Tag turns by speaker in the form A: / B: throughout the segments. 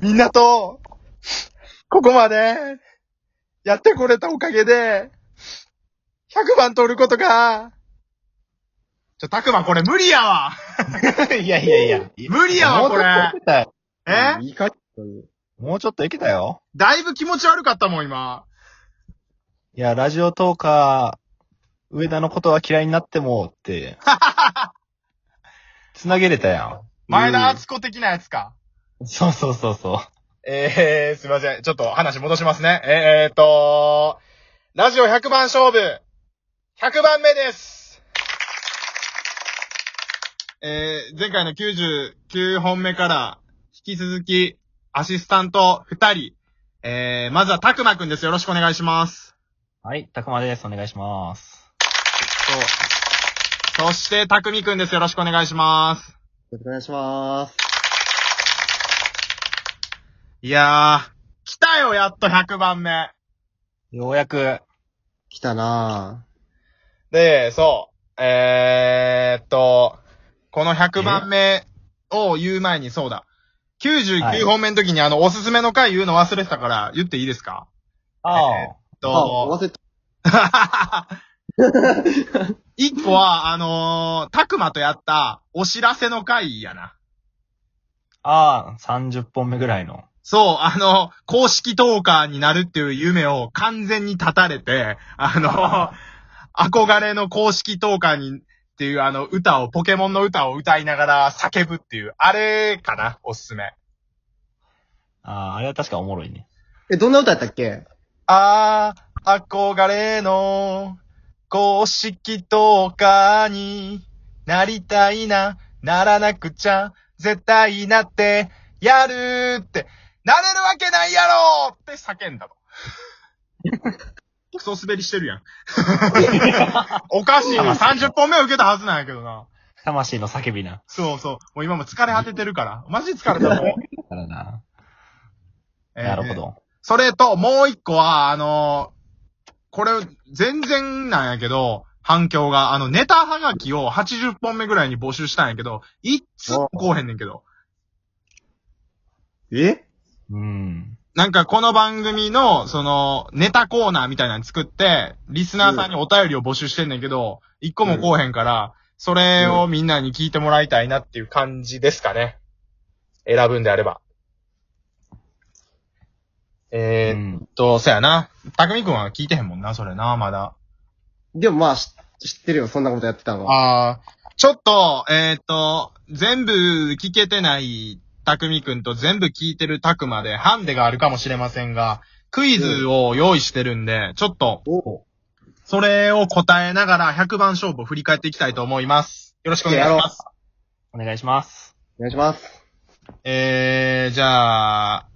A: みんなと、ここまで、やってこれたおかげで、100番取ることが、ちょ、たくまこれ無理やわ
B: いやいやいや。
A: 無理やわ、これ。
B: れ。
A: え
C: いい感じ。
B: もうちょっといけたよ。
A: だいぶ気持ち悪かったもん、今。
B: いや、ラジオトーカー、上田のことは嫌いになっても って。つなげれたや
A: 前田敦子的なやつか。
B: ん。そうそうそうそう。
A: えー、すいません。ちょっと話戻しますね。えー、えーと、ラジオ100番勝負、100番目です。えー、前回の99本目から、引き続き、アシスタント2人、えー、まずはたくまくんです。よろしくお願いします。
B: はい、たくまです。お願いします。
A: とそして、たくみくんです。よろしくお願いします。
C: よろしくお願いします。
A: いやー、来たよ、やっと100番目。
B: ようやく、
C: 来たな
A: で、そう。えーっと、この100番目を言う前にそうだ。
B: はい
A: 99本目の時にあの、おすすめの回言うの忘れてたから、言っていいですか
B: ああ、
A: えーっ
C: あ、あ
A: と、
C: 忘れた。
A: 1個は、あのー、たくまとやった、お知らせの回やな。
B: ああ、30本目ぐらいの。
A: そう、あの、公式トーカーになるっていう夢を完全に断たれて、あの、憧れの公式トーカーにっていうあの歌を、ポケモンの歌を歌いながら叫ぶっていう、あれかな、おすすめ。
B: ああ、あれは確かおもろいね。
C: え、どんな歌やったっけ
A: あー、憧れの公式トーカーになりたいな、ならなくちゃ、絶対なって、やるーって、なれるわけないやろーって叫んだの。 クソ滑りしてる やん。おかしいな。30本目受けたはずなんやけどな。
B: 魂の叫びな。
A: そうそう。もう今も疲れ果ててるから。マジ疲れた もん。
B: だからな。
A: えー
B: なるほど。
A: それと、もう一個は、あのーこれ、全然なんやけど、反響が、あの、ネタはがきを80本目ぐらいに募集したんやけど、一通も来おへんねんけど、
C: え
B: うん。
A: なんかこの番組の、その、ネタコーナーみたいなの作って、リスナーさんにお便りを募集してんねんけど、一個も来おへんから、それをみんなに聞いてもらいたいなっていう感じですかね。選ぶんであれば。
B: う
A: えー、っ
B: ん。
A: と、そやな。たくみくんは聞いてへんもんな、それな、まだ。
C: でもまあ、し知ってるよ、そんなことやってたのは。
A: ああ、ちょっと、えっ、と、全部聞けてないたくみくんと全部聞いてるたくまでハンデがあるかもしれませんが、クイズを用意してるんで、ちょっと、
C: おお
A: それを答えながら100番勝負を振り返っていきたいと思います。よろしくお願いします。
B: お願いします。
C: 願いします。
A: えー、じゃあ、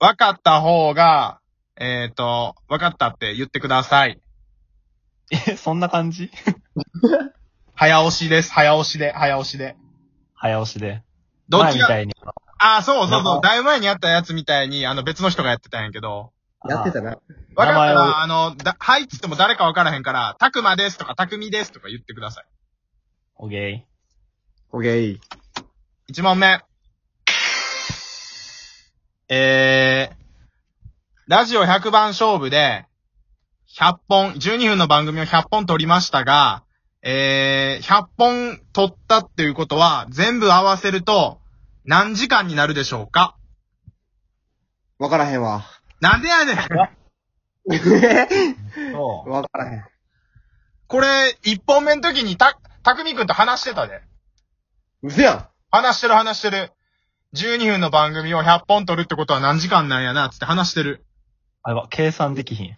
A: わかった方が、えっ、と、わかったって言ってください。
B: え、そんな感じ
A: 早押しです。早押しで、早押しで。
B: 早押しで。
A: どっち
B: 前み
A: が、
B: たいに。
A: ああ、そうそう
B: な
A: そ
B: ん
A: う。
B: か
A: だいぶ前にやったやつみたいに、あの別の人がやってたんやけど、
C: やってたな。
A: わかった
B: 名前を
A: ら、あの、だ、はいっつっても誰かわからへんから、たくまですとか、たくみですとか言ってください。
B: オッケ
C: オッケー。
A: 1問目。えー、ラジオ100番勝負で、100本、12分の番組を100本撮りましたが、えー、100本撮ったっていうことは、全部合わせると、何時間になるでしょうか
C: わからへ んわ。
A: なんでやねん
B: ー。そう。
C: わからへん。
A: これ、1本目の時にた、たくみくんと話してたで。
C: うせやん。
A: 話してる話してる。12分の番組を100本撮るってことは何時間なんやな、つって話してる。
B: あれは、計算できひん。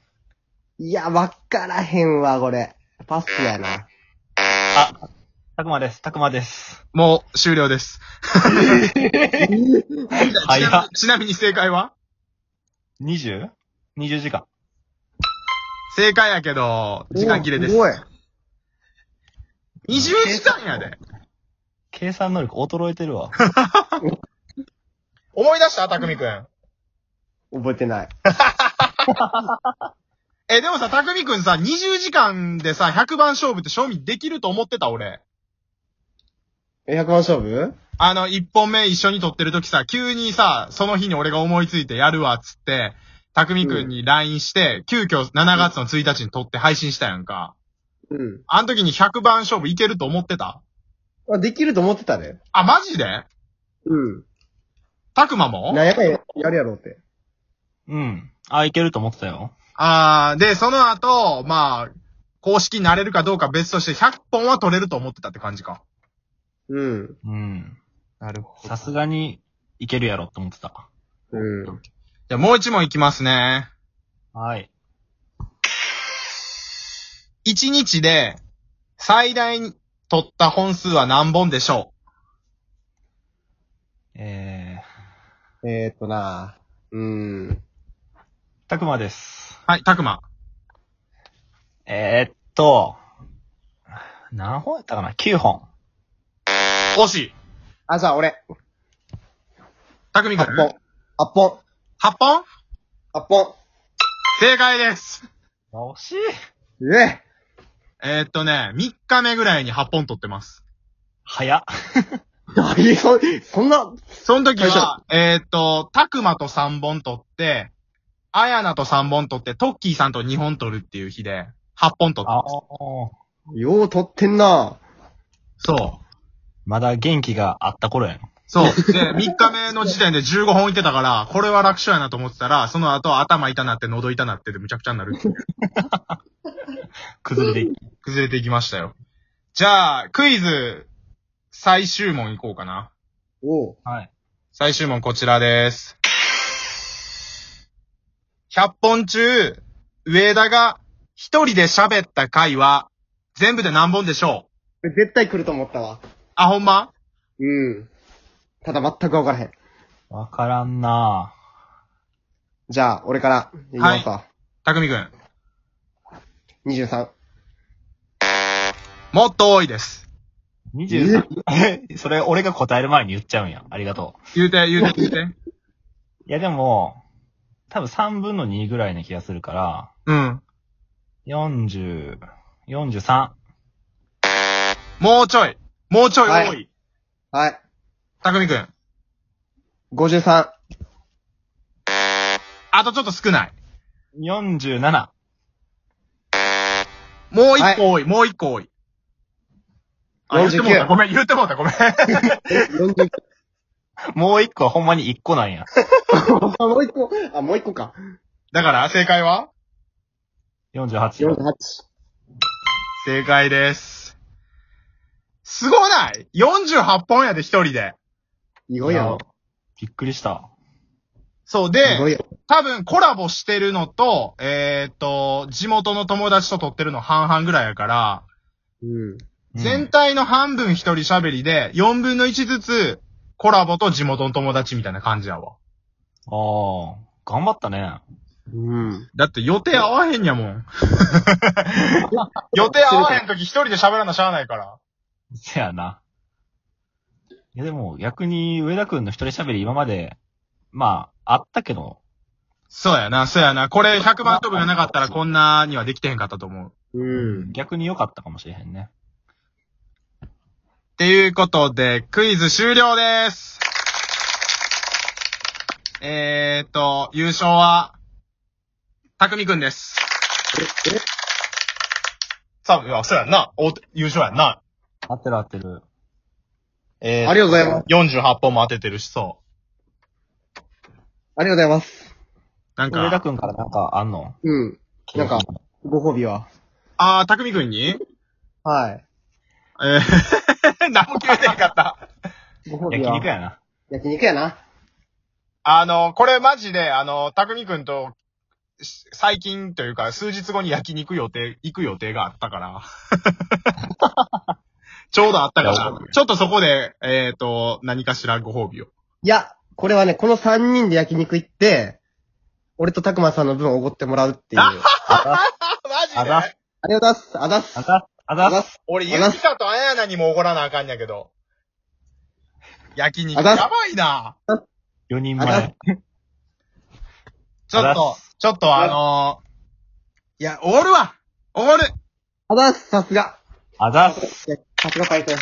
C: いや、わからへんわ、これ。パスやな。
B: たくまです。たくまです。
A: もう終了です。ち
B: 早
A: な
B: っ
A: みにちなみに正解は
B: 20?20 時間。
A: 正解やけど、時間切れです。
C: おい。
A: 20時間やで。
B: 計算能力衰えてるわ。
A: 思い出したたくみくん。
C: 覚えてない。
A: え、でもさ、たくみくんさ、20時間でさ、100番勝負って賞味できると思ってた俺。
C: え、100万勝負
A: あの、一本目一緒に撮ってる時さ、急にさ、その日に俺が思いついてやるわ、っつって、たくみくんに LINE して、急遽7月の1日に撮って配信したやんか。
C: うん。
A: あの時に100番勝負いけると思ってた
C: あできると思ってたで。
A: あ、マジで
C: うん。
A: たくまも
C: なんやかんややるやろうって。
B: うん。あ、いけると思ってたよ。
A: あー、で、その後、まあ、公式になれるかどうか別として100本は取れると思ってたって感じか。
C: うん。
B: うん。
A: なるほ
B: さすがに、いけるやろって思ってた。
C: うん。
A: じゃあもう一問いきますね。
B: はい。
A: 1日で最大に取った本数は何本でしょ
B: え
C: えーっとなうん。
B: ー、たくまです
A: う。はい、たくま。
B: えー、っと、何本やったかな ?9 本。
A: 惜しい。
C: あ、じゃあ俺、
A: たくみくん。
C: 8本。8本。
A: 8本
C: 8本。
A: 正解です。
B: 惜しい。
C: え
A: えー、っとね、3日目ぐらいに8本取ってます。
B: 早っ。
C: えいやそ、そんな、
A: その時
C: よいし
A: は
C: ょ、
A: えー、っと、たくまと3本取って、あやなと3本取って、トッキーさんと2本取るっていう日で、8本取って
B: あ
A: ます。、
C: よう撮ってんな
A: そう。
B: まだ元気があった頃やん。
A: そう。で、3日目の時点で15本いてたから、これは楽勝やなと思ってたら、その後頭痛なって喉痛なってでむちゃくちゃになるっていう。
B: 崩れていき。
A: 崩れていきましたよ。じゃあ、クイズ、最終問いこうかな。
C: おう。
B: はい。
A: 最終問こちらです。100本中、上田が一人で喋った回は、全部で何本でしょ
C: 絶対来ると思ったわ。
A: うあ、ほんま
C: うん。ただ全くわからへん。
B: わからんなぁ。
C: じゃあ、俺から、いきますわ。
A: たくみくん。
C: 23。
A: もっと多いです。
B: 23。え それ俺が答える前に言っちゃうんや。ありがと
A: 言うて、言うて、言うて。
B: う。いやでも、多分3分の2ぐらいな気がするから、
A: うん。
B: 40、43。
A: もうちょい。もうちょい多い。
C: はいはい。
A: たくみくん。
C: 53。
A: あとちょっと少ない。
B: 47。
A: もう一個多い、もう一個多い。あ、言ってもうた。
C: 49
A: ごめん、言ってもうた、ごめん。
C: 49。
B: もう一個はほんまに一個なんや。
C: あ、 もう一個。あ、もう一個か。
A: だから、正解は
B: 48。
C: 48。
A: 正解です。すごない ?48 本やで、一人で。
C: 意外やろ。
B: びっくりした。
A: そう
C: 意外
A: で、
C: やろ。
A: 多分コラボしてるのと、えーっと、地元の友達と撮ってるの半々ぐらいやから、
C: うん。
B: うん
A: 全体の半分一人喋りで、4分の1ずつ、コラボと地元の友達みたいな感じやわ。
B: ああ、頑張ったね。
C: うん。
A: だって予定合わへんやも ん。予定合わへん時一人で喋らなしゃあないから。
B: せやな。いやでも逆に上田くんの一人喋り今まで、まあ、あったけど、
A: そうやな、そうやな。これ100番飛ぶがなかったらこんなにはできてへんかったと思う。っ
C: うん。
B: 逆に良かったかもしれへんね。
A: ていうことで、クイズ終了です。えーっと、優勝は、たくみくんです。さあ、そうやんな。お、優勝やんな。
B: 合ってる合ってる。
A: え
C: えありがとうございます。
A: 48本も当ててるし、そう。
C: ありがとうございます。
A: なん
B: 上田
A: か、
B: くんからなんかあんの
C: うん。なんか、ご褒美は。
A: あー、たくみくんに
C: はい。
A: えー、 何も決めてへんかった。
C: ご褒美
B: 焼
C: は。
B: 肉やな。
C: 焼肉やな。
A: あの、これマジで、あの、たくみくんと、し最近というか、数日後に焼肉予定、行く予定があった から。ちょうどあったか
B: いや
A: ら
B: お前、
A: ちょっとそこで、えっ、と、何かしらご褒美を。
C: いや、これはね、この3人で焼肉行って、俺とたくまさんの分おごってもらうっていう。あ
B: あざっ
A: マ
B: あざ
C: りがとうございます。あざっす。
B: あざっあざ
C: あ
B: っ
C: ざっす。
A: 俺、ゆ
C: あざっ
A: きかとあやなにもおごらなあかんやけど。焼肉、
C: あ
A: や
C: ざっ
A: ばいな。
B: !4 人
C: あざっ
B: 前。
A: ちょっ
B: あざっ
A: と、ちょっとあのいや、おごるわおごる
C: あざっす。さすが。
B: あざっ
C: さすがパイセン。
A: い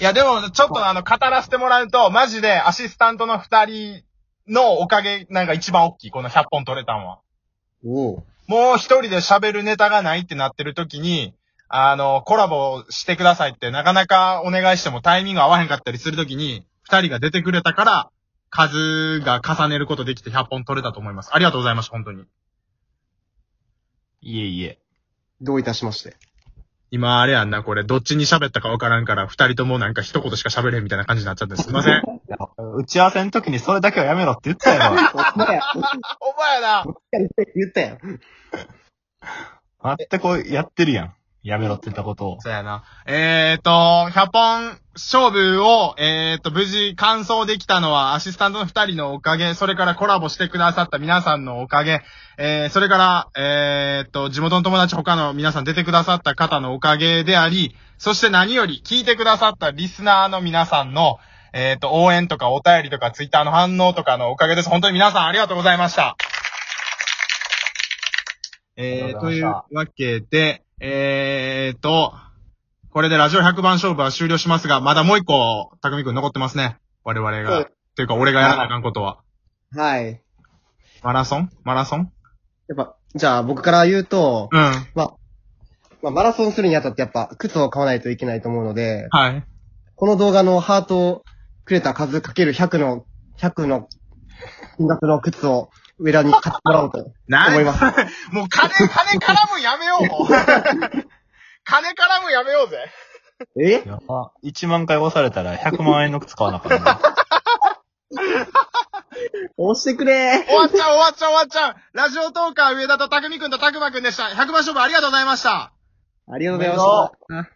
A: や、でも、ちょっとあの、語らせてもらうと、マジでアシスタントの二人のおかげ、なんか一番大きい、この100本取れたんは。
C: おう
A: もう一人で喋るネタがないってなってる時に、あの、コラボしてくださいってなかなかお願いしてもタイミング合わへんかったりする時に、二人が出てくれたから、数が重ねることできて100本取れたと思います。ありがとうございました、本当に。
B: いえいえ。
C: どういたしまして。
A: 今、あれやんな、これ、どっちに喋ったかわからんから、二人ともなんか一言しか喋れへんみたいな感じになっちゃって、すいません。
B: 打ち合わせの時にそれだけはやめろって言ったやろ。
C: お前や、
A: お前やな。
C: 言ったやん。
B: 全くやってるやん。やめろって言ったことを。
A: そうやな。えーと、100本勝負を、えーと、無事完走できたのはアシスタントの二人のおかげ、それからコラボしてくださった皆さんのおかげ、えー、それから、えーと、地元の友達他の皆さん出てくださった方のおかげであり、そして何より聞いてくださったリスナーの皆さんの、えーと、応援とかお便りとかツイッターの反応とかのおかげです。本当に皆さんありがとうございました。えー、と
B: あり
A: いう
B: がと
A: わけで、えーと、これでラジオ100番勝負は終了しますが、まだもう一個、たくみくん残ってますね。我々
C: そ
A: が。
C: う
A: というか、俺がやらなあかんことは。
C: はい。
A: マラソンマラソン
C: やっぱ、じゃあ僕から言うと、
A: うん。
C: まあ、マラソンするにあたってやっぱ靴を買わないといけないと思うので、
A: はい。
C: この動画のハートをくれた数かける100の、100の金額の靴を上田に買ってもらおうと
A: な
C: 思います。
A: もう金、金絡むやめよう もう金絡むやめようぜ。
C: え
B: やば1万回押されたら100万円の使わなあかった
C: 押してくれ
A: 終わっちゃう終わっちゃう終わっちゃうラジオトーカー上田とたくみくんとたくまくんでした。100番勝負ありがとうございました。
C: ありがとうございました。
A: うん